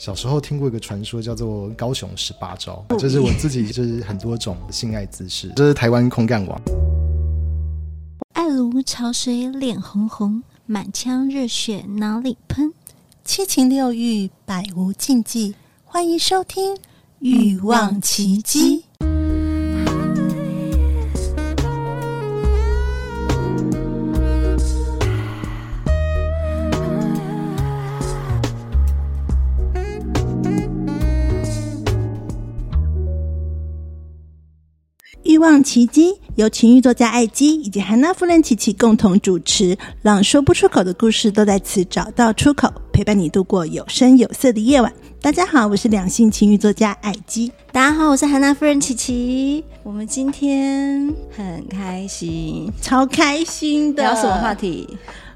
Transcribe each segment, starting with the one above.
小时候听过一个传说，叫做“高雄十八招”，就是我自己就是很多种性爱姿 势，哦这是台湾空干网。爱如潮水，脸红红，满腔热血哪里喷？七情六欲，百无禁忌。欢迎收听《欲望奇迹》。欲望奇迹》由情欲作家艾姬以及韩娜夫人琪琪共同主持，让说不出口的故事都在此找到出口，陪伴你度过有声有色的夜晚。大家好，我是两性情欲作家艾姬。大家好，我是韩娜夫人琪琪。我们今天很开心，超开心的。聊什么话？题？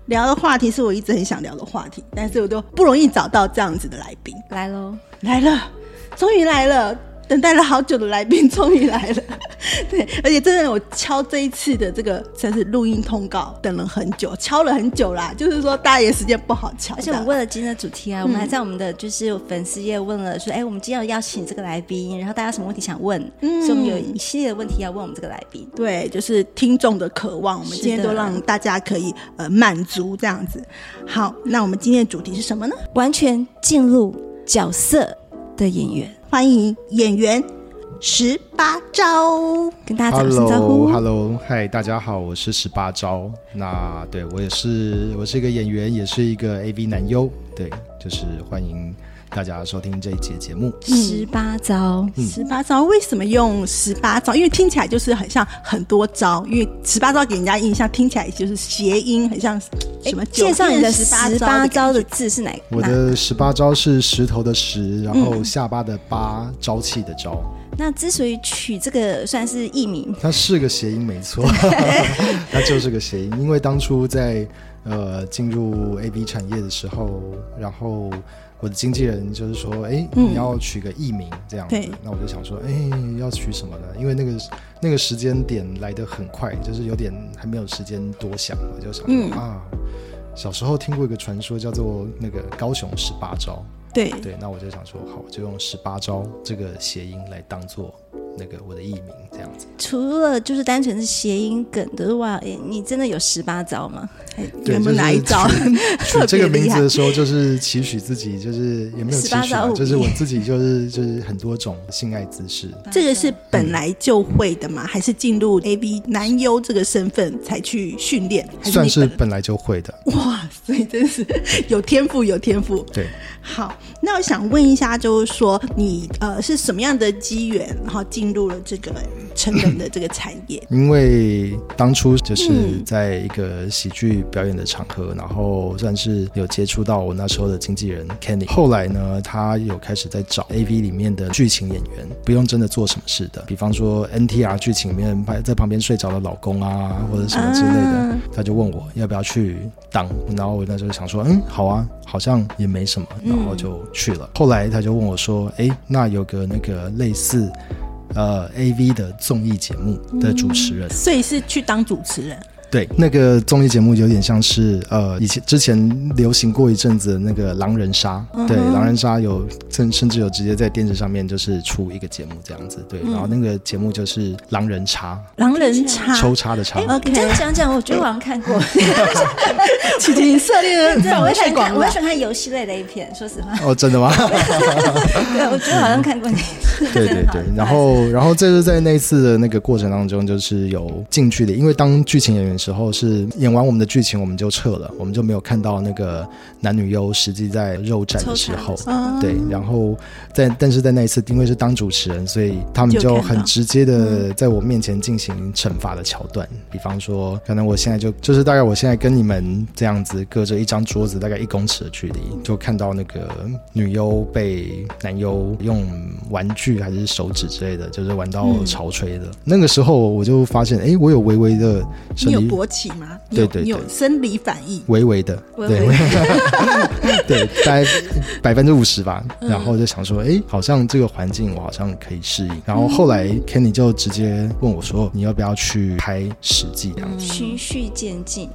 聊的话题是我一直很想聊的话题，但是我都不容易找到这样子的来宾。来喽！来了，终于来了，等待了好久的来宾终于来了。 对，而且真的，我敲这一次的这个算是录音通告，等了很久，敲了很久啦。就是说，大家也时间不好敲到。而且我们为了今天的主题啊，我们还在我们的就是粉丝页问了说，哎、我们今天要邀请这个来宾，然后大家有什么问题想问，嗯所以我们有一系列的问题要问我们这个来宾。对，就是听众的渴望，我们是的今天都让大家可以呃满足这样子。好，那我们今天的主题是什么呢？完全进入角色的演员，欢迎演员十八招。跟大家打个声招呼。 Hello，Hello，嗨，大家好，我是十八招。那对我也是，我是一个演员，也是一个 AV 男优。对，就是欢迎大家收听这一节节目。十八招，十八招为什么用十八招？因为听起来就是很像很多招，因为十八招给人家印象听起来就是谐音，很像哎什么酒介店18招绍感觉。你的十八招的字是哪？我哪的十八招是石头的石，然后下巴的巴，朝气的朝。那之所以取这个算是艺名，它是个谐音，没错，它就是个谐音。因为当初在呃进入 A B 产业的时候，然后我的经纪人就是说，哎，你要取个艺名这样子对。那我就想说，哎，要取什么呢？因为那个那个时间点来得很快，就是有点还没有时间多想，我就想说、啊。小时候听过一个传说，叫做那个高雄十八招。对，对，那我就想说，好，我就用十八招这个谐音来当做那个我的艺名，这样子。除了就是单纯是谐音梗的话，诶你真的有十八招吗？哎对有没有哪一 招取特这别个名厉字害？的时候，就是期许自己，就是也没有期18许啊到，50就是我自己，就是就是很多种性爱姿势。这个是本来就会的吗？还是进入嗯 A B 男优这个身份才去训练？还算你是本本来就会的，哇，所以真是有天赋，有天赋。对，好，那我想问一下，就是说你呃是什么样的机缘，然后进入了这个成人的这个产业？因为当初就是在一个喜剧表演的场合，然后算是有接触到我那时候的经纪人 Kenny。后来呢，他有开始在找 AV 里面的剧情演员，不用真的做什么事的，比方说 NTR 剧情里面拍在旁边睡着的老公啊，或者什么之类的。啊他就问我要不要去当，然后我那时候想说，嗯，好啊，好像也没什么，然后就去了。后来他就问我说，诶，那有个那个类似呃 A V 的综艺节目的主持人，所以是去当主持人。对，那个综艺节目有点像是呃以前之前流行过一阵子的那个狼人杀，对，狼人杀有甚甚至有直接在电视上面就是出一个节目这样子，对，然后那个节目就是狼人叉，狼人叉，抽插的叉。哎、 OK 你这样讲讲，我觉得我好像看过。其实你涉猎的 对，范我围也喜太欢广看，我了也。喜欢看游戏类的一片。说实话，哦，真的 吗？对，我觉得好像 看过你。对对真的好 对，然后然后这是在那一次的那个过程当中，就是有近距离，因为当剧情演员的时候是演完我们的剧情我们就撤了，我们就没有看到那个男女优实际在肉战的时候抽，啊对，然后在但是在那一次因为是当主持人，所以他们就就看到嗯很直接的在我面前进行惩罚的桥段，比方说可能我现在就就是大概我现在跟你们这样子隔着一张桌子大概一公尺的距离，就看到那个女优被男优用玩具还是嗯手指之类的，就是玩到潮吹的。那个时候我就发现，哎，我有微微的生理勃起吗？你有对对你有对生理反应，微微 的，微对微对，大概百分之五十吧。嗯然后就想说，哎，好像这个环境我好像可以适应。然后后来嗯 Kenny 就直接问我说，你要不要去拍实际这样子？循序渐进，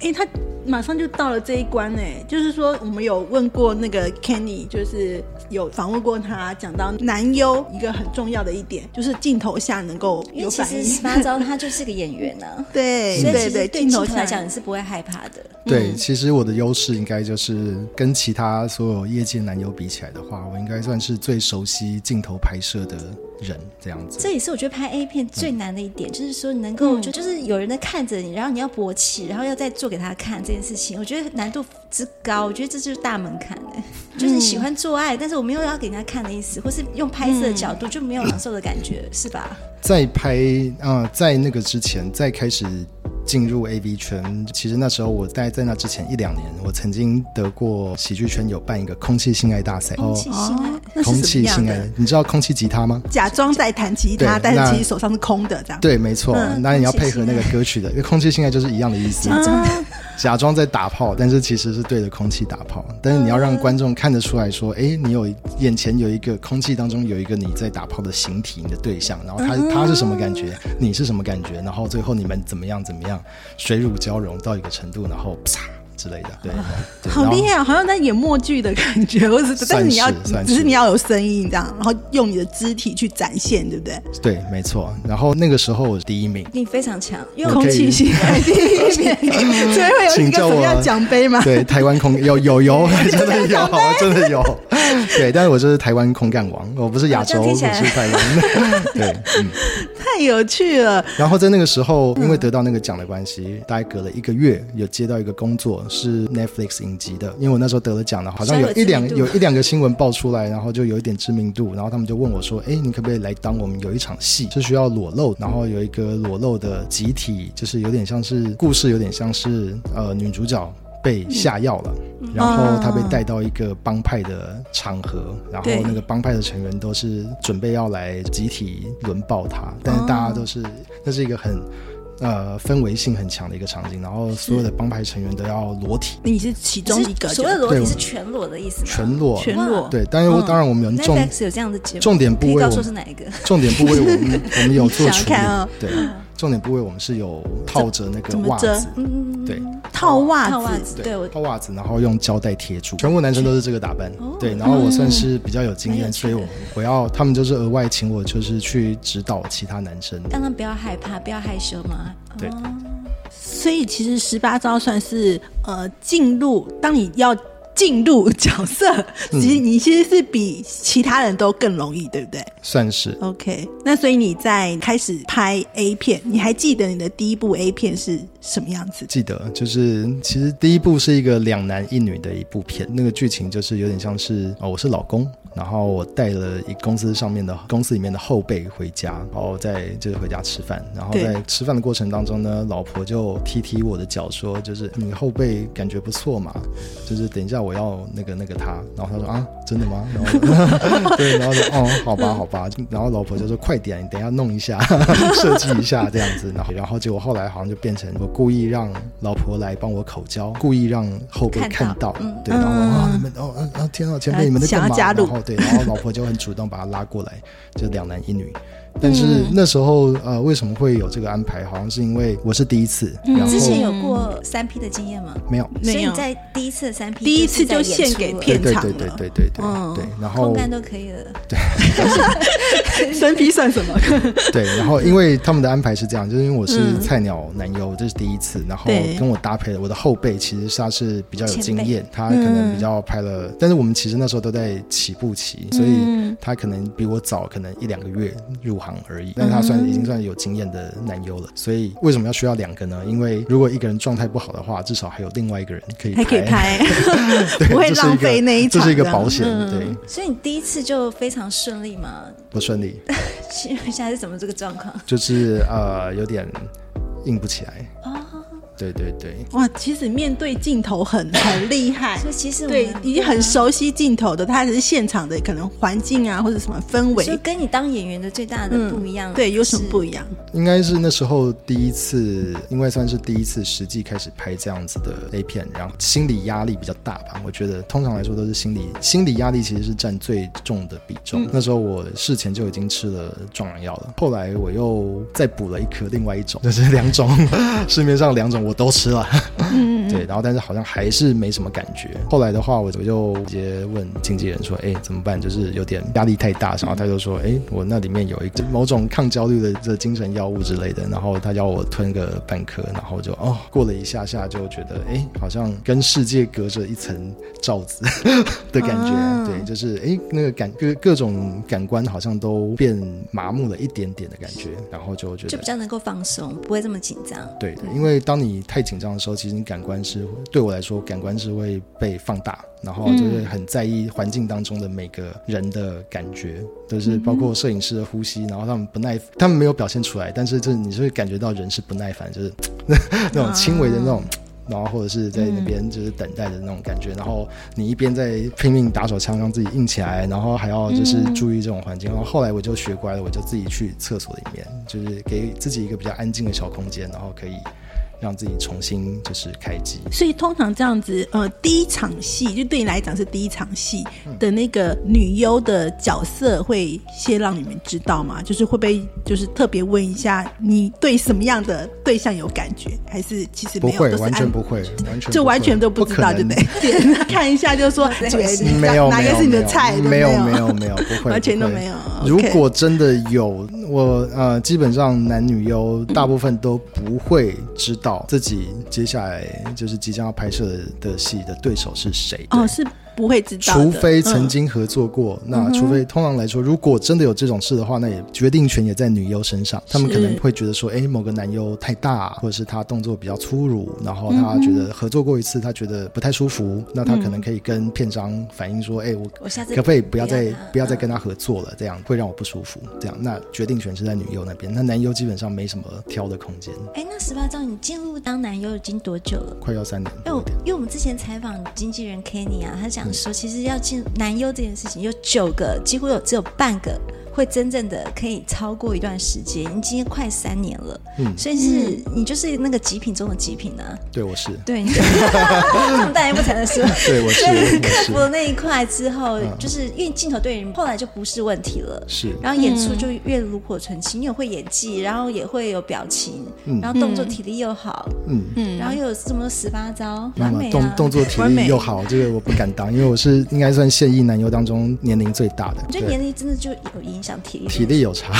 哎、他马上就到了这一关哎、就是说我们有问过那个 Kenny，就是有访问过他，讲到男优一个很重要的一点，就是镜头下能够因有为其反实应十。八招他就是个演员呢、啊对所以对其 实对镜镜头头下来讲，你是不会害怕的。对，其实我的优势应该就是跟其他所有业界男友比起来的话，我应该算是最熟悉镜头拍摄的人这样子。这也是我觉得拍 A 片最难的一点，就是说你能够就就是有人在看着你，然后你要勃起，然后要再做给他看这件事情，我觉得难度之高，我觉得这就是大门槛哎、就是你喜欢做爱，但是我没有要给他看的意思，或是用拍摄的角度就没有享受的感觉，是吧？在拍啊、呃在那个之前，在开始进入 AV 圈，其实那时候我大概在那之前一两年，我曾经得过喜剧圈有办一个空气性爱大赛，哦空气性爱。哦那空是什气么样性的爱？，你知道空气吉他吗？假装在弹吉他，对但是那其实手上是空的这样。对，没错，那你要配合那个嗯空气性爱歌曲的，因为空气性爱就是一样的意思。啊，假装在打炮，但是其实是对着空气打炮。但是你要让观众看得出来说，哎、你有眼前有一个空气当中有一个你在打炮的形体，你的对象，然后他他是什么感觉，你是什么感觉，然后最后你们怎么样怎么样，水乳交融到一个程度，然后啪之类的，对，对好然后厉害啊，好像在演默剧的感觉，或者是但算你要是算只是是你要有声音这样，然后用你的肢体去展现，对不对？对，没错。然后那个时候我是第一名，你非常强，因为我空可以气性爱第 一名，所以会有一请个叫什么样的我奖杯吗？对，台湾空有有有，真的有，真的有。对，但是我就是台湾空干王，我不是亚哦这洲，样我听起来是台湾。对，嗯。太有趣了。然后在那个时候，嗯因为得到那个奖的关系，大概隔了一个月，有接到一个工作是 Netflix 影集的，因为我那时候得了奖了，好像有一两稍微有知名度有一两个新闻爆出来，然后就有一点知名度，然后他们就问我说：“哎，你可不可以来当我们有一场戏是需要裸露，然后有一个裸露的集体，就是有点像是故事，有点像是呃女主角。”被下药了，嗯然后她被带到一个帮派的场合，然后对那个帮派的成员都是准备要来集体轮爆她，但是哦大家都是那是一个很呃氛围性很强的一个场景，然后所有的帮派成员都要裸体你是其中一个，所谓的裸体对是全裸的意思吗？全裸，全裸，嗯对，但是我、当然我们重 Netflix 有这样的节目，重点可部以位告我诉我是们哪一个？重点部位我 们我们有做想处理看啊， 对，重点部位我们是有套着那个怎么袜遮子，嗯，对。套袜套袜子，子，对我套袜子，然后用胶带贴住。全部男生都是这个打扮，哦对。然后我算是比较有经验，嗯所以我我要他们就是额外请我，就是去指导其他男生。哦让他们不要害怕，不要害羞嘛。对哦所以其实十八招算是呃进入，当你要进入角色，嗯其实你其实是比其他人都更容易，对不对算是？OK，那所以你在开始拍 A 片，你还记得你的第一部 A 片是什么样子？记得，就是其实第一部是一个两男一女的一部片，那个剧情就是有点像是哦，我是老公，然后我带了一公司上面的公司里面的后辈回家，然后再就是回家吃饭，然后对在吃饭的过程当中呢，老婆就踢踢我的脚说，就是你后背感觉不错嘛，就是等一下我要那个那个他，然后他说啊，真的吗？然后我 对，然后说哦，好吧好吧，然后老婆就说快点，你等一下弄一下， 设计一下这样子，然后然后结果后来好像就变成我故意让老婆来帮我口交，故意让后辈看看到到，对，然后啊你们哦啊啊天啊前辈你们在想要干嘛？加入然后对，然后老婆就很主动把他拉过来，就两男一女。但是那时候，呃，为什么会有这个安排？好像是因为我是第一次，然后嗯之前有过三 P 的经验吗？没有，没有所以你在第一次的三 P，第一次就献给对片对场对了对对对对嗯对，然后空干都可以了。 身皮算 什么？ 对，然后因为他们的安排是这样，就是因为我是菜鸟男优，这是第一次，然后嗯对跟我搭配的我的后辈其实他是比较有经前验，他可能嗯比较拍了，但是我们其实那时候都在起步期，所嗯以他可能比我早可能一两个月入行而已，但是他算嗯已经算有经验的男优了，所以为什么要需要两个呢？因为如果一个人状态不好的话，至少还有另外一个人可以还可以拍，对不会这是浪一个费那一这是一个场嗯的保险，对，所以你第一次就非常顺利嘛？不顺利，现在是怎么这个状况？就是呃有点硬不起来。对对对，哇，其实面对镜头很很厉害所，以其实我对们，已经很熟悉镜头的，他只是现场的可能环境啊或者什么氛就围，跟你当演员的最大的不一样，对，有什么是不一样？应该是那时候第一次，因为算是第一次实际开始拍这样子的 A 片，然后心理压力比较大吧。我觉得通常来说都是心理心理压力其实是占最重的比重。那时候我事前就已经吃了壮阳药了，后来我又再补了一颗另外一种，就是两种市面上两种我都吃了。嗯对，然后但是好像还是没什么感觉。后来的话，我我就直接问经纪人说：“哎，怎么办？就是有点压力太大。”然后他就说：“哎，我那里面有一个某种抗焦虑的这精神药物之类的。”然后他要我吞个半颗，然后就哦，过了一下下就觉得哎，好像跟世界隔着一层罩子的感觉。啊对，就是哎，那个感各各种感官好像都变麻木了一点点的感觉，然后就觉就得比较能够放松，不会这么紧张。对的，因为当你太紧张的时候，其实你感官是对我来说，感官是会被放大，然后就是很在意环境当中的每个人的感觉，就是包括摄影师的呼吸，然后他们不耐，他们没有表现出来，但是就是你是会感觉到人是不耐烦，就是那种轻微的那种。然后或者是在那边就是等待的那种感觉，然后你一边在拼命打手枪让自己硬起来，然后还要就是嗯注意这种环境。然后后来我就学乖了，我就自己去厕所里面，就是给自己一个比较安静的小空间，然后可以让自己重新就是开机。所以通常这样子，呃，第一场戏就对你来讲是第一场戏嗯的那个女优的角色，会先让你们知道吗？就是会不会就是特别问一下，你对什么样的对象有感觉，还是其实不没有，会都，是完全按不会，完全就完全都不知道，可对能不对？ 看一下就说，觉得你 没有， 哪没个有是你的菜？没有有，没有没有， 不会，完全不会都没有如 OK 果真的有，我呃，基本上男女优大部分都不会知道自己接下来就是即将要拍摄的的戏的对手是谁。哦，是不会知道的，除非曾嗯经合作过，那除非通常来说，如果真的有这种事的话，那也决定权也在女优身上。他们可能会觉得说，哎，某个男优太大，或者是他动作比较粗鲁，然后他觉得合作过一次，他觉得不太舒服，那他可能可以跟片商反映说，哎，嗯我我下次可不可以不要再啊不要再跟他合作了？这样会让我不舒服。这样，那决定权是在女优那边，那男优基本上没什么挑的空间。哎，那十八招你进入当男优已经多久了？快要三年哎因多为我一点，哦因为我们之前采访经纪人 Kenny 啊，他嗯讲说，其实要进男优这件事情，有九个，几乎有只有半个会真正的可以超过一段时间，已经快三年了。嗯，所以是、你就是那个极品中的极品啊。对我是，对，你 这么大一步才能说。对 我是，对，克服我了那一块之后，就是因为镜头对人后来就不是问题了。是是。然后演出就越炉火纯青，又会演技，然后也会有表情，然后动作体力又好，嗯嗯，然后又有这么多十八招，妈完妈美动啊！动作体完美力又好，这个我不敢当，因为我是应该算现役男优当中年龄最大的，我觉得对年龄真的就有影响体力。体力有差，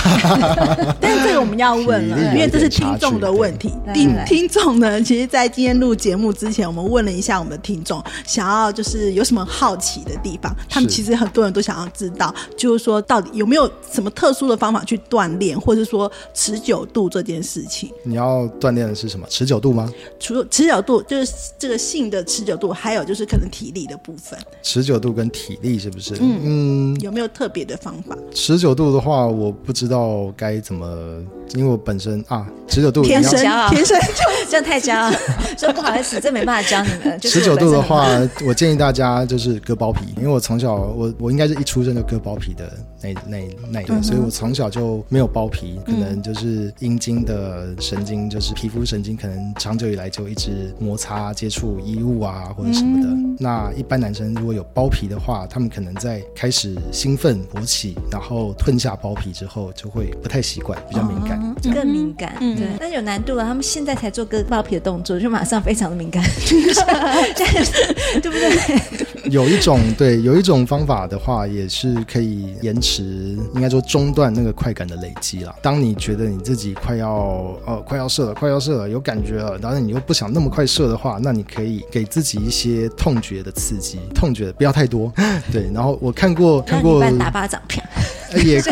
但是这个我们要问了体力有，因为这是点差听众距的对问题。来听来听众呢，其实，在今天录节目之前，我们问了一下我们的听众，想要就是有什么好奇的地方，他们是其实很多人都想要知道，就是说到底有没有什么特殊的方法去锻炼，或是说持久度这件事情。你要锻炼的是什么？持久度吗？除了持久度，就是这个性的持久度，还有就是可能体力的部分，持久度跟体力是不是？嗯，有没有特别的方法？持久度的话，我不知道该怎么，因为我本身啊，持久度你天要生骄傲天生就这样太骄 傲，说不好意思，这没办法教你们。就是持久我本度身的很 慢话，我建议大家就是割包皮，因为我从小我我应该是一出生就割包皮的那那那一嗯段，所以我从小就没有包皮，可能就是阴茎的神经，就是皮肤神经，可能长久以来就一直摩擦接触衣物啊或者什么的。嗯那一般男生如果有包皮的话，他们可能在开始兴奋勃起，然后吞下包皮之后，就会不太习惯，比较敏感。这样更敏感，对，但有难度了。他们现在才做割包皮的动作，就马上非常的 敏感，对不 对？有一种对，有一种方法的话，也是可以延迟，应该说中断那个快感的累积啦。当你觉得你自己快要呃快要射了，快要射了，有感觉了，然后你又不想那么快射的话，那你可以给自己一些痛觉的刺激，痛觉不要太 多。对，然后我看过看让你过半打巴掌，啪！呃 也。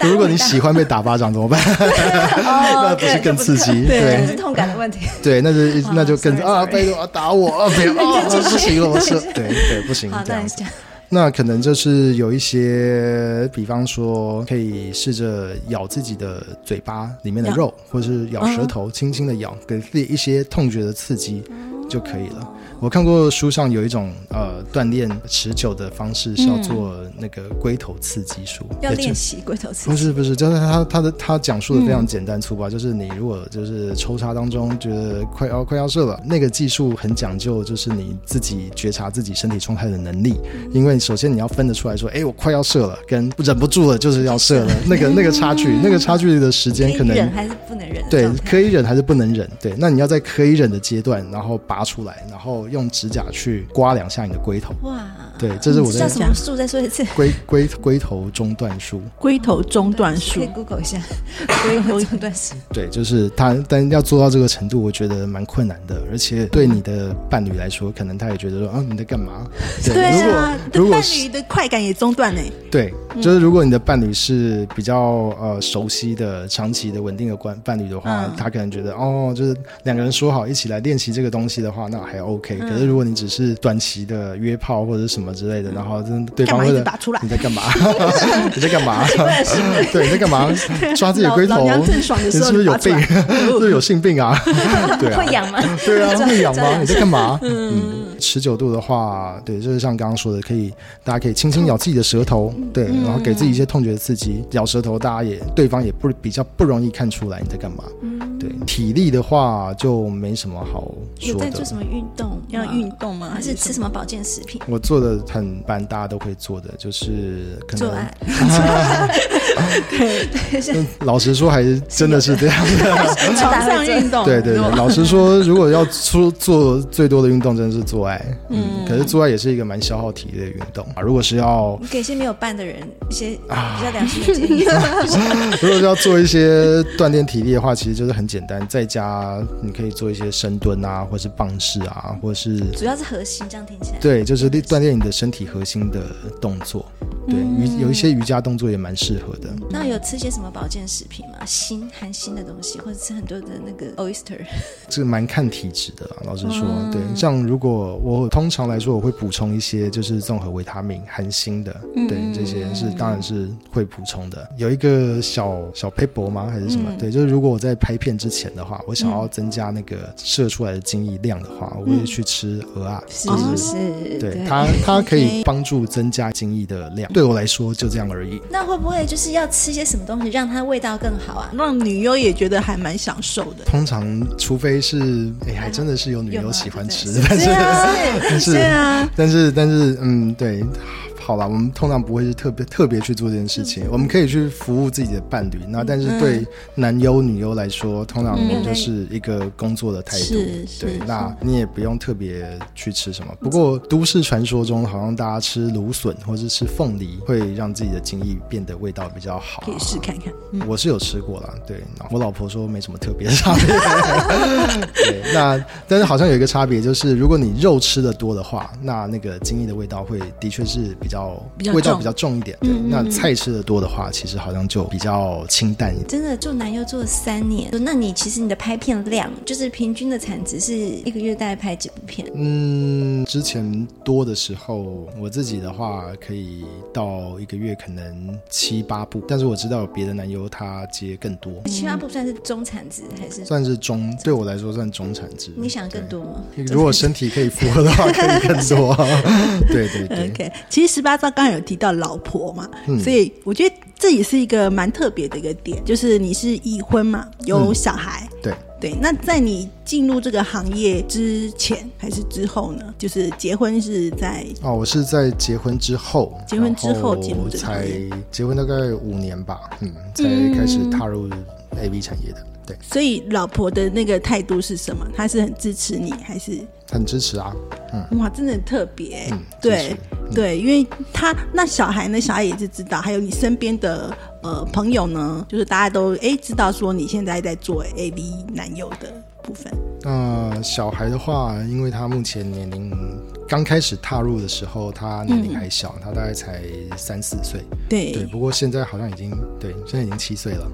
如果你喜欢被打巴掌怎么办？ 哦 那不是更刺激？对哦哦这，是痛感的 问题。对，那就那就更 sorry，啊，sorry 拜托啊，打我啊，不要啊，不行了，我射，对对，不行好，，这那样你子。讲，那可能就是有一些，比方说可以试着咬自己的嘴巴里面的咬肉，或者是咬舌头，轻轻的咬，给自己一些痛觉的刺激嗯就可以了。我看过书上有一种呃锻炼持久的方式，叫做那个龟头刺激术，嗯要对练习龟头刺不激，是不是，就是他他的他讲述的非常简单粗暴，就是你如果就是抽插当中觉得快要快要射了，那个技术很讲究，就是你自己觉察自己身体状态的能力，因为首先你要分得出来说，哎，我快要射了，跟忍不住了就是要射了，那个那个差距，那个差距的时可间以可能忍还是不能忍的对状，态？可以忍还是不能忍？对，那你要在可以忍的阶段，然后拔出来，然后用指甲去刮两下你的龟头。哇，对，这是我叫在什么术？再说一次，龟龟龟头中断术。 龟头中段可术以 Google 一下 龟头中断术。对，就是他，但要做到这个程度，我觉得蛮困难的，而且对你的伴侣来说，可能他也觉得说，啊，你在干嘛？啊，如果如果伴是侣的快感也中断呢、欸对，嗯就是如果你的伴侣是比较呃熟悉的、长期的、稳定的关伴侣的话，嗯他可能觉得哦，就是两个人说好一起来练习这个东西的话，那还 OK。可是如果你只是短期的约炮或者什么之类的，然后真的对嗯干方会嘛一直觉得拔出来你在 干嘛？你在干嘛？ 对，你在干嘛？抓自己的老龟老头，娘正爽的 你时候是不是有病？你是不是有性病啊？ 对啊，会痒吗？对 啊，抓会痒吗？抓你在干嘛？嗯，持久度的话，对，就是像刚刚说的，可以大家可以轻轻咬自己的舌头，嗯对，然后给自己一些痛觉的刺激。咬舌头，大家也对方也不比较不容易看出来你在干嘛。嗯对，体力的话就没什么好有说在的做。什么运动吗？要运动吗？还还是是吃什么保健食品？我做的很般，大家都会做的，就是可做能 爱， 老实说，还是真的 是这样。 嗯 床上运动？对对对，老实说，如果要出做最多的运动，真的是做爱。嗯，可是做爱也是一个蛮消耗体力的运动啊。如果是要 你给一些没有伴的人一些啊比较良心的建议。 如果是要做一些锻炼体力的话，其实就是很简单，在家你可以做一些深蹲啊，或是棒式啊，或是主要是核心，这样听起来。对，就是练锻炼你的身体核心的动作。对，瑜有一些瑜伽动作也蛮适合的。那有吃些什么保健食品吗？锌含锌的东西，或者吃很多的那个 oyster，这蛮看体质的啦，老实说，对，像如果我通常来说，我会补充一些就是综合维他命、含锌的，对，这些是当然是会补充的。有一个小小 paper 吗？还是什么？对，就是如果我在拍片之前的话，我想要增加那个射出来的精液量的话，我会去吃鹅啊，是就不是？哦对它，它可以帮助增加精液的量。对我来说就这样而已。那会不会就是要吃些什么东西让它味道更好啊？让女优也觉得还蛮享受的。通常，除非是，哎，还真的是有女有友吗喜欢对吃是，但是，但是，对啊，但是但是嗯，对，好了，我们通常不会是特别特别去做这件事嗯情，我们可以去服务自己的伴侣。那但是对男优女优来说，通常嗯就是一个工作的态度是，是对，那你也不用特别去吃什么。不过都市传说中，好像大家吃芦笋或是吃凤梨，会让自己的精液变得味道比较好啊可。以试看看。我是有吃过啦，对，然后我老婆说没什么特别的 差别。对，那但是好像有一个差别，就是如果你肉吃的多的话，那那个精益的味道会的确是比较比较味道重嗯比较重一点。对，那菜吃的多的话，其实好像就比较清淡一点。真的做男优做了三年，那你其实你的拍片量，就是平均的产值是一个月大概拍几部片？嗯，之前多的时候，我自己的话可以到一个月可能七八部，但是我知道有别的男优他接更多，七八部算是中产值还是？算是中对我来说算中产值。你想更对多吗？如果身体可以负荷的话，可以更 多。对对对， OK，其实十八招刚刚有提到老婆嘛，所以我觉得这也是一个蛮特别的一个点，就是你是已婚嘛，有小孩。对。嗯对，那在你进入这个行业之前还是之后呢？就是结婚是在哦，我是在结婚之后，结婚之后然进入这个行才业结婚大概五年吧，嗯，才开始踏入嗯 A V 产业的。对，所以老婆的那个态度是什么？她是很支持你，还是很支持啊，哇，真的很特别欸、支对持、对，因为她那小孩呢，小孩也是知道，还有你身边的呃朋友呢，就是大家都哎知道说你现在在做 A V 男友的部分，那小孩的话，因为他目前年龄刚开始踏入的时候，他年嗯龄还小，他大概才三四岁。对哎对，不过现在好像已经对，现在已经七岁了，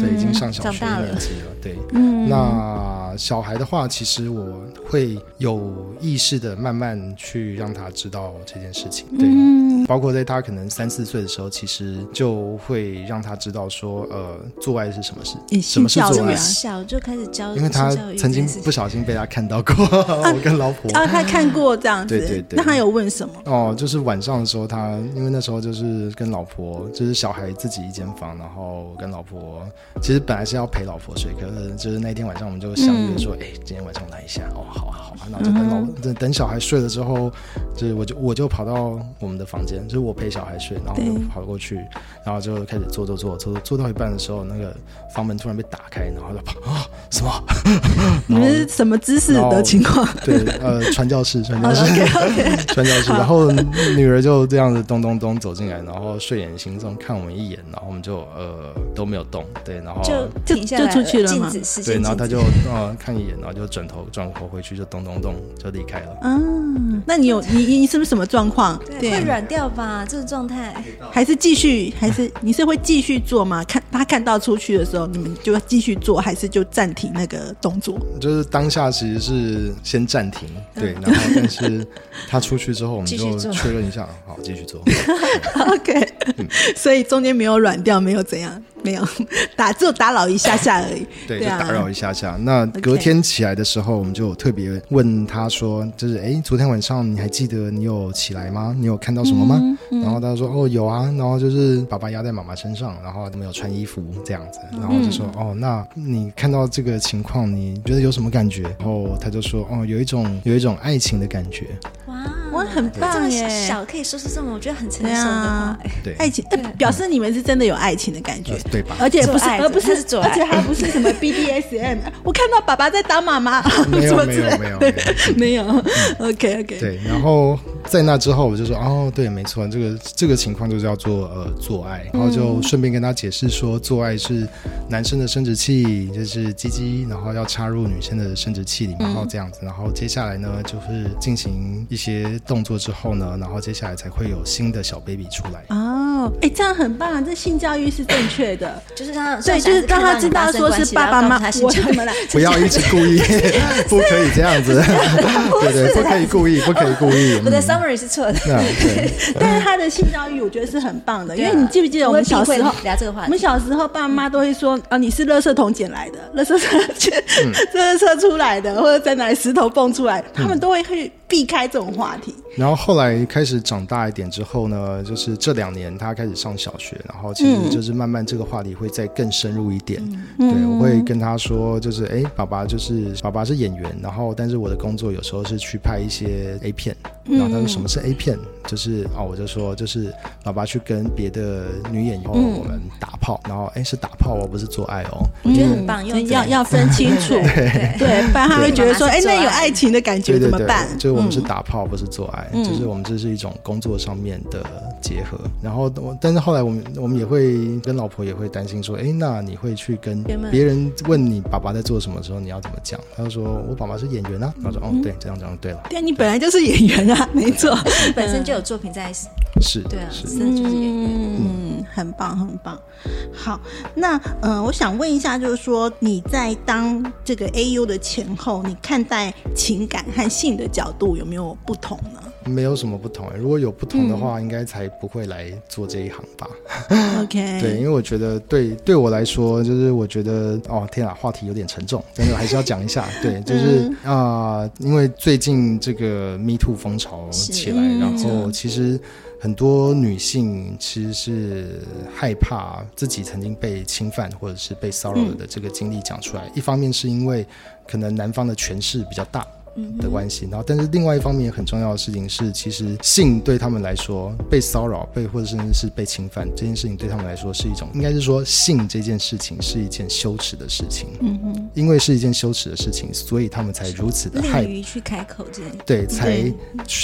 对，已经上小学嗯长大一了嗯年级了。对，那小孩的话，其实我会有意识的慢慢去让他知道这件事情。对，嗯包括在他可能三四岁的时候，其实就会让他知道说，呃，做爱是什么事，也什么是性教做育这爱么啊，小就开始教，因为他性教育曾经这件事情不小心被他看到 过，我跟老婆。哦，他看过这样子，对对对那他有问什么？哦，就是晚上的时候他，因为那时候就是跟老婆，就是小孩自己一间房，然后跟老婆，其实本来是要陪老婆睡，可是就是那天晚上我们就相约说，哎、今天晚上来一下，哦，好啊，好啊，那我就等老、等等小孩睡了之后，就是我就我就跑到我们的房间，就是我陪小孩睡，然后我就对跑过去，然后就开始做做做做做到一半的时候，那个房门突然被打开，然后就跑啊什么？你们是什么姿势的情况？对，呃，传教 士，传教士。 OK OK， 传教士，然后女儿就这样子咚咚咚走进来，然后睡眼惺忪看我们一眼，然后我们就呃都没有动，对，然后就停下就来出去了禁吗止视线对，然后禁他止就呃看一眼，然后就转头转头回去就咚咚咚就离开 了。嗯，那你有你你你是不是什么状况？对会软掉吧？这个状态，还是继续？还是你是会继续做吗？看他看到出去的时候，你们就要继续做，还是就暂停那个动作？就是当下其实是先暂停，对，然后但是他出去之后，我们嗯继续就做确认一下，好，继续做。 OK，、所以中间没有软掉，没有怎样，没有打，只有打扰一下下而已。对，就对啊打扰一下下。那隔天起来的时候，我们就有特别问他说，就是诶，昨天晚上你还记得你有起来吗？你有看到什么吗？嗯然后他说哦有啊，然后就是爸爸压在妈妈身上，然后没有穿衣服这样子，然后就说、嗯哦，那你看到这个情况，你觉得有什么感觉？然后他就说哦，有一种有一种爱情的感觉。哇，哇，很这棒么耶！小可以说出这么我觉得很成对熟的啊话，哎对，爱情、呃表示你们是真的有爱情的感觉。呃对吧？而且不是，做爱而不它是是做爱而且还不是什么 BDSM。我看到爸爸在打妈妈， 没有什么之类没有没有嗯的， 没有。OK OK，对，然后在那之后，我就说哦，对，没错，这个这个情况就是要做呃做爱，然后就顺便跟他解释说，做爱是男生的生殖器，就是鸡鸡，然后要插入女生的生殖器里，然后这样子，然后接下来呢就是进行一些动作之后呢，然后接下来才会有新的小 baby 出来。哦，哎，这样很棒，这性教育是正确的。就是让对，就是让他知道说是爸爸妈妈，我是怎么来，不要一直故意， 不可以这样子，对对，不可以故意，不可以故意。我的嗯 summary 是错的。那对，但是他的性教育我觉得是很棒的，因对啊为你记不记得我们小时我候会避讳聊这个话题我们小时候爸妈都会说啊，你是垃圾桶捡来的，垃圾车捡，嗯 垃圾车出来的，或者在哪里石头蹦出来，他嗯们都会去避开这种话题。然后后来开始长大一点之后呢，就是这两年他开始上小学，然后其实就是慢慢这个话题会再更深入一点。对，我会跟他说，就是哎，爸爸就是爸爸是演员，然后但是我的工作有时候是去拍一些 A 片，然后他说什么是 A 片？就是哦，我就说就是爸爸去跟别的女演员、我们打炮，然后哎是打炮哦，不是做爱哦。嗯我觉得很棒，所用以要要分清楚，对 对，不然他会觉得说，对哎，妈妈是做那爱有爱情的感觉对怎对么对办，？嗯就是我们是打炮，不是做爱，就是我们这是一种工作上面的结合。然后我，但是后来我们我们也会跟老婆也会担心说，哎，那你会去跟原本别人问你爸爸在做什么的时候，你要怎么讲？他就说我爸爸是演员啊，他说哦，对，这样讲就对了，对，你本来就是演员啊，没错，本身就有作品在，是，对啊，是。真的就是演员。嗯，很棒，很棒。好，那呃，我想问一下，就是说你在当这个 AU 的前后，你看待情感和性的角度有没有不同呢？没有什么不同、欸如果有不同的话，应该才不会来做这一行吧。 OK，对，因为我觉得对对我来说，就是我觉得哦，天啊，话题有点沉重，但是我还是要讲一下。对，就是啊、因为最近这个 Me Too 风潮起来，然后其实很多女性其实是害怕自己曾经被侵犯或者是被骚扰的这个经历讲出来。一方面是因为可能男方的权势比较大，的关系。然后，但是另外一方面很重要的事情是，其实性对他们来说，被骚扰、被或者甚至是被侵犯这件事情，对他们来说是一种，应该是说性这件事情是一件羞耻的事情。嗯哼，因为是一件羞耻的事情，所以他们才如此的害吝于去开口这件事，对，才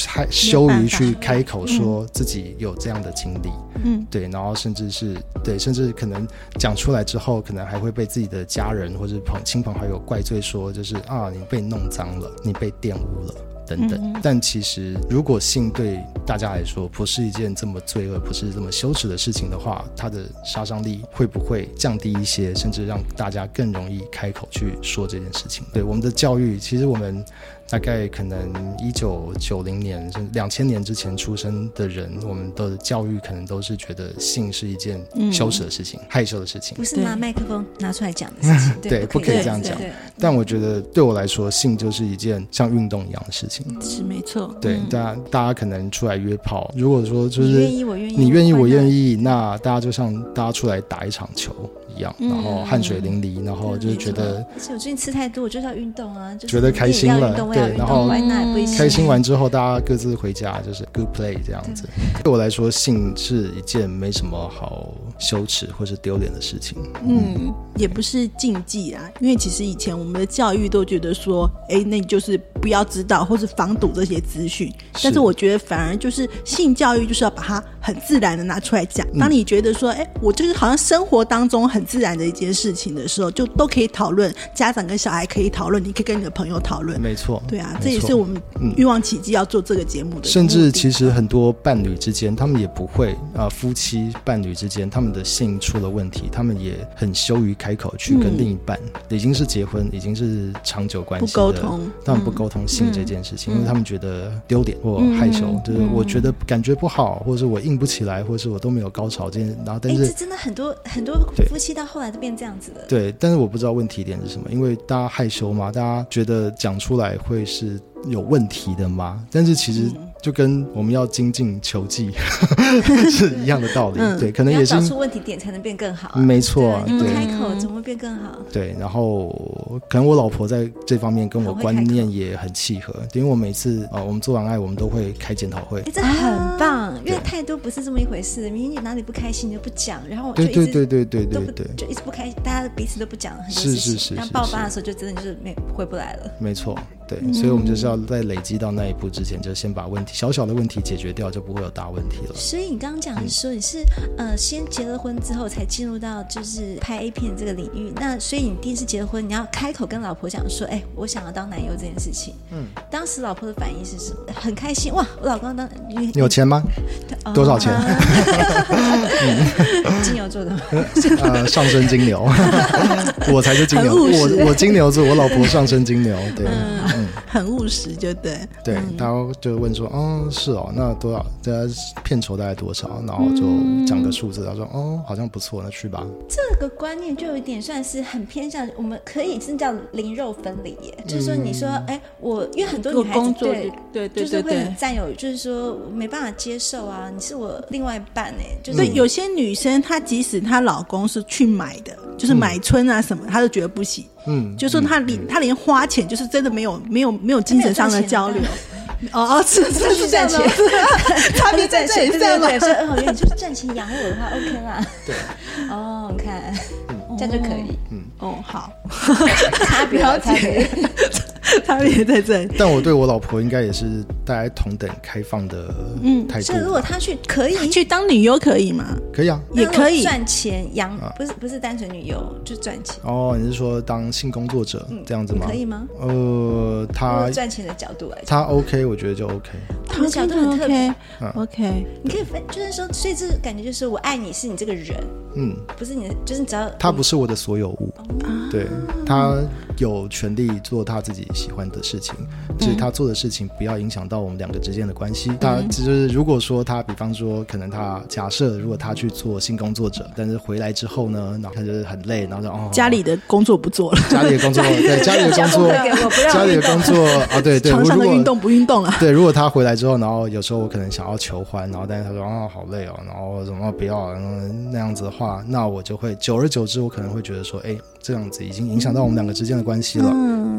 害羞于去开口说自己有这样的经历，嗯，对，然后甚至是对，甚至可能讲出来之后，可能还会被自己的家人或者朋亲朋好友怪罪说，就是啊，你被弄脏了，你被玷污了。等等，但其实如果性对大家来说不是一件这么罪恶、不是这么羞耻的事情的话，它的杀伤力会不会降低一些，甚至让大家更容易开口去说这件事情？对我们的教育，其实我们大概可能一九九零年甚至两千年之前出生的人，我们的教育可能都是觉得性是一件羞耻的事情、害羞的事情不。是拿麦克风拿出来讲的 事情，对不可以这样讲对对但我觉得对我来说，性就是一件像运动一样的事情。是没错，对，大家大家可能出来约炮，如果说就你是愿意我愿意，你愿意，我愿意，意，那大家就像大家出来打一场球一样，嗯然后汗水淋漓，然后就是觉得而且我最近吃太多，我就是要运动啊，就是觉得开心了你也要运动我也要对运然动后 why not？不一起开心完之后，大家各自回家，就是 good play 这样子。对我来说，性是一件没什么好羞耻或是丢脸的事情。嗯，也不是禁忌啊，因为其实以前我们的教育都觉得说，哎，那你就是不要知道或是防堵这些资讯，是但是我觉得反而就是性教育就是要把它很自然的拿出来嗯讲。当你觉得说，哎，我就是好像生活当中很自然的一件事情的时候，就都可以讨论，家长跟小孩可以讨论，你可以跟你的朋友讨论。嗯没错，对啊没，错嗯这也是我们欲望奇迹要做这个节目的目的，甚至其实很多伴侣之间，他们也不会啊、呃夫妻伴侣之间，他们的性出了问题，他们也很羞于开口去跟另一半，已经是结婚，已经是长久关系的，不沟通，他们不沟通性这件事情，因为他们觉得丢脸或嗯害羞，就是我觉得感觉不好，或者是我硬不起来，或者是我都没有高潮这件，然后但哎，是、这真的很多很多对夫妻到后来都变这样子的，对，但是我不知道问题点是什么，因为大家害羞嘛，大家觉得讲出来会是有问题的嘛，但是其实嗯就跟我们要精进球技 是一样的道理，对，可能你也要是找出问题点才能变更好啊。没错对，你不对开口怎么会变更好？对，然后可能我老婆在这方面跟我很会观开口念也很契合，因为我每次啊、呃我们做完爱，我们都会开检讨会哎，。这很棒，因为太多不是这么一回事。明明你哪里不开心，你就不讲，然后我就对一直对对对对都对不对，就一直不开心，大家彼此都不讲很多是事情，是是然后是爆是发的啊时候就真的就是没回不来了。没错，对，嗯所以我们就是要在累积到那一步之前，就先把问题小小的问题解决掉，就不会有大问题了。所以你刚刚讲的是说你是呃先结了婚之后才进入到就是拍 A 片这个领域，那所以你第一次结了婚，你要开口跟老婆讲说，哎、我想要当男优这件事情。嗯，当时老婆的反应是什么？很开心哇，我老公当你你有钱吗？多少钱？金牛座的吗， 呃，上升金牛， 我才是金牛，很务实我我金牛座，我老婆上升金牛，对、很务实，就对。对，大家就问说，哦，是哦，那多少？大家片酬大概多少？然后就讲个数字，他说，哦，好像不错，那去吧。这个观念就有一点算是很偏向，我们可以是叫零肉分离耶，就是说你说，哎、我因为很多女孩做子嗯工作对对对就对是会对很占有，就是说我没办法接受啊，你是我另外一半哎，就是嗯所以有些女生，她即使她老公是去买的，就是买春啊什么，她都觉得不行。嗯，就说她连她连花钱，就是真的没有没有没有精神上的交流。哦哦， 是是是这样的， 差别在这啊对里对在吗 对，？所以哦，原来哦就是赚钱养我的话，OK 啦。对，哦，你看，嗯这样就可以，哦，好， 差别哦了差别了。差别在这里。但我对我老婆应该也是大家同等开放的态度所以如果吧，他去可以去当女优可以吗？可以啊。那如也果可以赚钱养，不是不是单纯旅游，就赚钱，哦，你是说当性工作者这样子吗？可以吗？呃，如他果赚钱的角度来讲，他 OK，我觉得就 OK。你的角度很特别。嗯 OK，你可以分，就是说，所以这个感觉就是我爱你是你这个人，嗯，不是你的，就是你只要他不是我的所有物，对他有权利做他自己喜欢的事情，嗯只是他做的事情不要影响到我们两个之间的关系。他就是如果说他，比方说可能他假设如果他去做性工作者，但是回来之后呢，然后他就是很累，然后就哦家里的工作不做了，家里的工作，对家里的工 作，交功课给我不让家里我的运动工作啊，对对，床我上的如果运动不运 动了。对，如果他回来之后，然后有时候我可能想要求欢，然后但是他说啊好累哦，然后怎么不要啊、嗯那样子的话，那我就会久而久之，我可能会觉得说，哎，这样子已经影响到我们两个之间的关系了。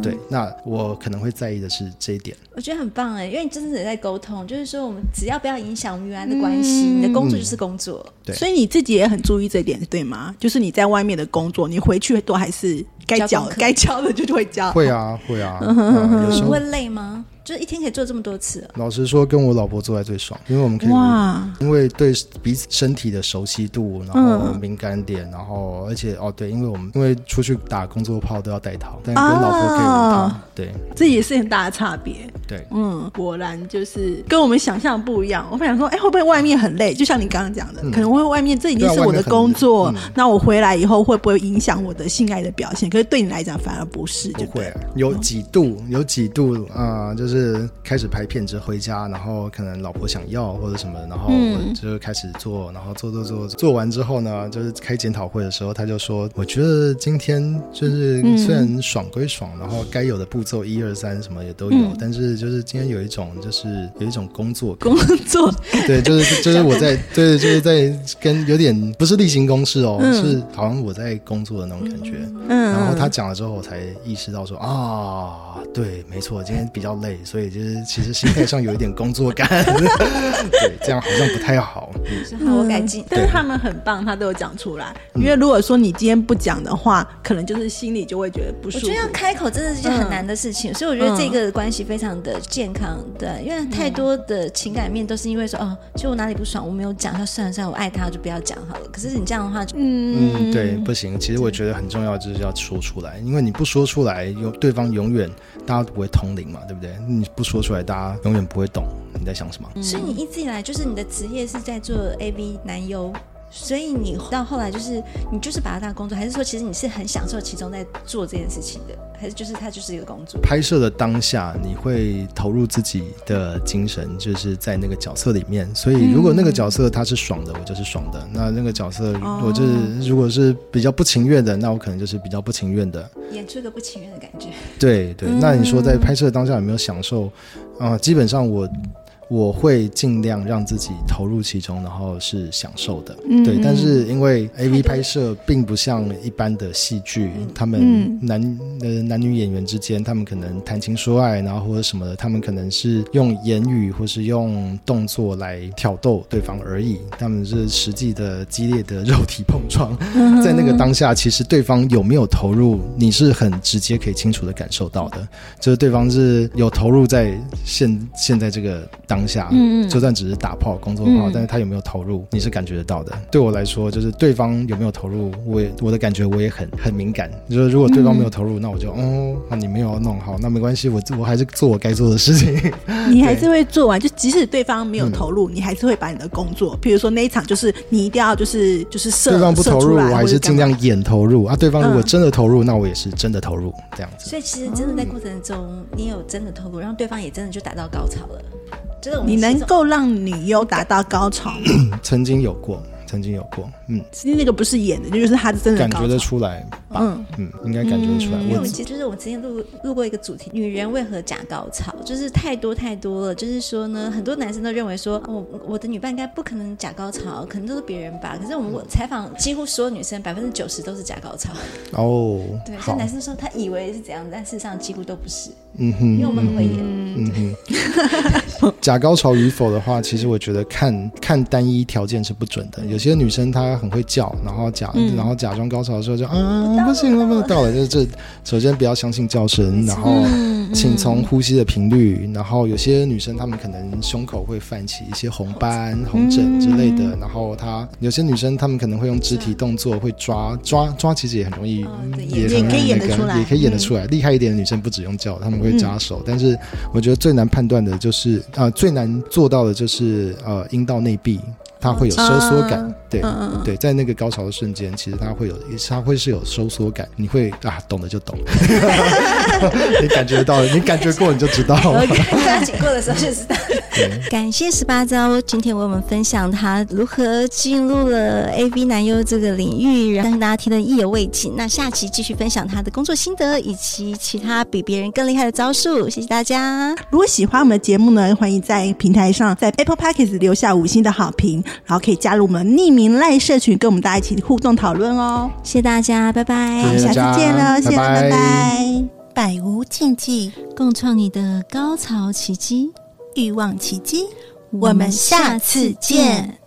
对，那我可能会在意的是这一点。我觉得很棒哎，因为你真的在沟通，就是说我们只要不要影响我们原来的关系，你的工作就是工作，对所以你自己也很注意这点，对吗？就是你在外面的工作，你回去都还是该交交功课该交的就会交。会啊，会啊，嗯有时你候会累吗？就是一天可以做这么多次哦、老实说，跟我老婆做爱最爽，因为我们可以哇，因为对彼此身体的熟悉度，然后嗯敏感点，然后而且哦对，因为我们因为出去打工作炮都要带套，但跟老婆可以无套，哦对这也是很大的差别。对，嗯，果然就是跟我们想象不一样。我本来想说，哎、会不会外面很累？就像你刚刚讲的，可能会外面这已经是我的工作，嗯对啊外面很累嗯那我回来以后会不会影响我的性爱的表现？可是对你来讲反而不是，不就会对啊。有几度有几度啊、呃就是开始拍片之后回家，然后可能老婆想要或者什么，然后嗯我就开始做，然后做做做，做完之后呢，就是开检讨会的时候，他就说，我觉得今天就是嗯虽然爽归爽，然后该有的步骤一二三什么也都有，但是就是今天有一种就是有一种工作感嗯工作对，就是就是我在对，就是在跟有点不是例行公事哦，嗯是好像我在工作的那种感觉。嗯然后他讲了之后，我才意识到说啊，对，没错，今天比较累，所以就是其实心态上有一点工作感。 对，这样好像不太好。嗯是好，我改进。但是他们很棒，他都有讲出来。因为如果说你今天不讲的话，可能就是心里就会觉得不舒我服。觉得要开口真的是件很难的事情，所以我嗯觉得这个关系非常的健康的，因为太多的情感面都是因为说哦，就我哪里不爽，我没有讲，他算了算了，我爱他就不要讲好了。可是你这样的话，嗯，对，不行。其实我觉得很重要，就是要说出来，因为你不说出来，有对方永远大家都不会通灵嘛，对不对？你不说出来，大家永远不会懂你在想什么。所以你一直以来就是你的职业是在做 AV 男优，所以你到后来就是你就是把它当工作，还是说其实你是很享受其中在做这件事情的，还是就是它就是一个工作？拍摄的当下，你会投入自己的精神，就是在那个角色里面。所以，如果那个角色他是爽的，我就是爽的；那那个角色哦我就是、如果是比较不情愿的，那我可能就是比较不情愿的。演出一个不情愿的感觉，对对，那你说在拍摄当下有没有享受？啊、基本上我我会尽量让自己投入其中，然后是享受的。对，但是因为 A V 拍摄并不像一般的戏剧，他们男、呃男女演员之间，他们可能谈情说爱，然后或者什么的，他们可能是用言语或是用动作来挑逗对方而已，他们是实际的激烈的肉体碰撞。嗯在那个当下，其实对方有没有投入，你是很直接可以清楚的感受到的，就是对方是有投入在现现在这个当下，嗯，就算只是打炮、工作嗯炮，但是他有没有投入，你是感觉得到的。对我来说，就是对方有没有投入，我也我的感觉我也很很敏感。就是如果对方没有投入，那我就嗯哦，啊你没有弄好，那没关系，我我还是做我该做的事情。你还是会做完，就即使对方没嗯有投入，你还是会把你的工作，比如说那一场就是你一定要就是就是射，对方不投入，射出来我还是尽。或者干嘛嗯量演投入啊。对方如果真的投入，那我也是真的投入，这样子。所以其实真的在过程中，你有真的透露，让对方也真的就达到高潮了。就是我们你能其中够让女优达到高潮吗，曾经有过，曾经有过，嗯，那个不是演的，就是她是真的感嗯高觉潮。得出来吧？嗯应该感觉得出来。因为我我们其实就是我们之前录录过一个主题，女人为何假高潮，就是太多太多了。就是说呢，很多男生都认为说，我、我的女伴应该不可能假高潮，可能都是别人吧。可是我们我采访几乎所有女生，百分之九十都是假高潮。哦，对，所以好男，生说他以为是怎样，但事实上几乎都不是，嗯因为哼，我们很会演。假高潮与否的话，其实我觉得看看单一条件是不准的。有些女生她很会叫，然后假、然后假装高潮的时候就啊不行了，不到了，就是这首先不要相信叫声，然后嗯请从呼吸的频率，然后有些女生她们可能胸口会泛起一些红斑、红疹之类嗯的，然后她有些女生她们可能会用肢体动作会抓抓抓，其实也很容哦易，嗯对也也很可以容易演那得个出来嗯也可以演得出来。厉害一点的女生不只用叫，她们会扎手，但是我觉得最难判断的就是啊、呃最难做到的就是呃阴道内壁。它会有收缩感，啊对、嗯对，在那个高潮的瞬间，其实它会有，它会是有收缩感，你会啊，懂的就懂，你感觉到，你感觉过你就知道 了。大家经过的时候就知道。感谢十八招，今天为我们分享他如何进入了 AV 男优这个领域，让大家听得意犹未尽。那下期继续分享他的工作心得以及其他比别人更厉害的招数。谢谢大家，如果喜欢我们的节目呢，欢迎在平台上在 Apple Podcast 留下五星的好评，然后可以加入我们匿名赖社群，跟我们大家一起互动讨论哦。谢谢大家，拜拜，好，谢下谢大次家见喽，谢谢， 拜拜拜拜。百无禁忌，共创你的高潮奇迹。欲望奇迹，我们下次见。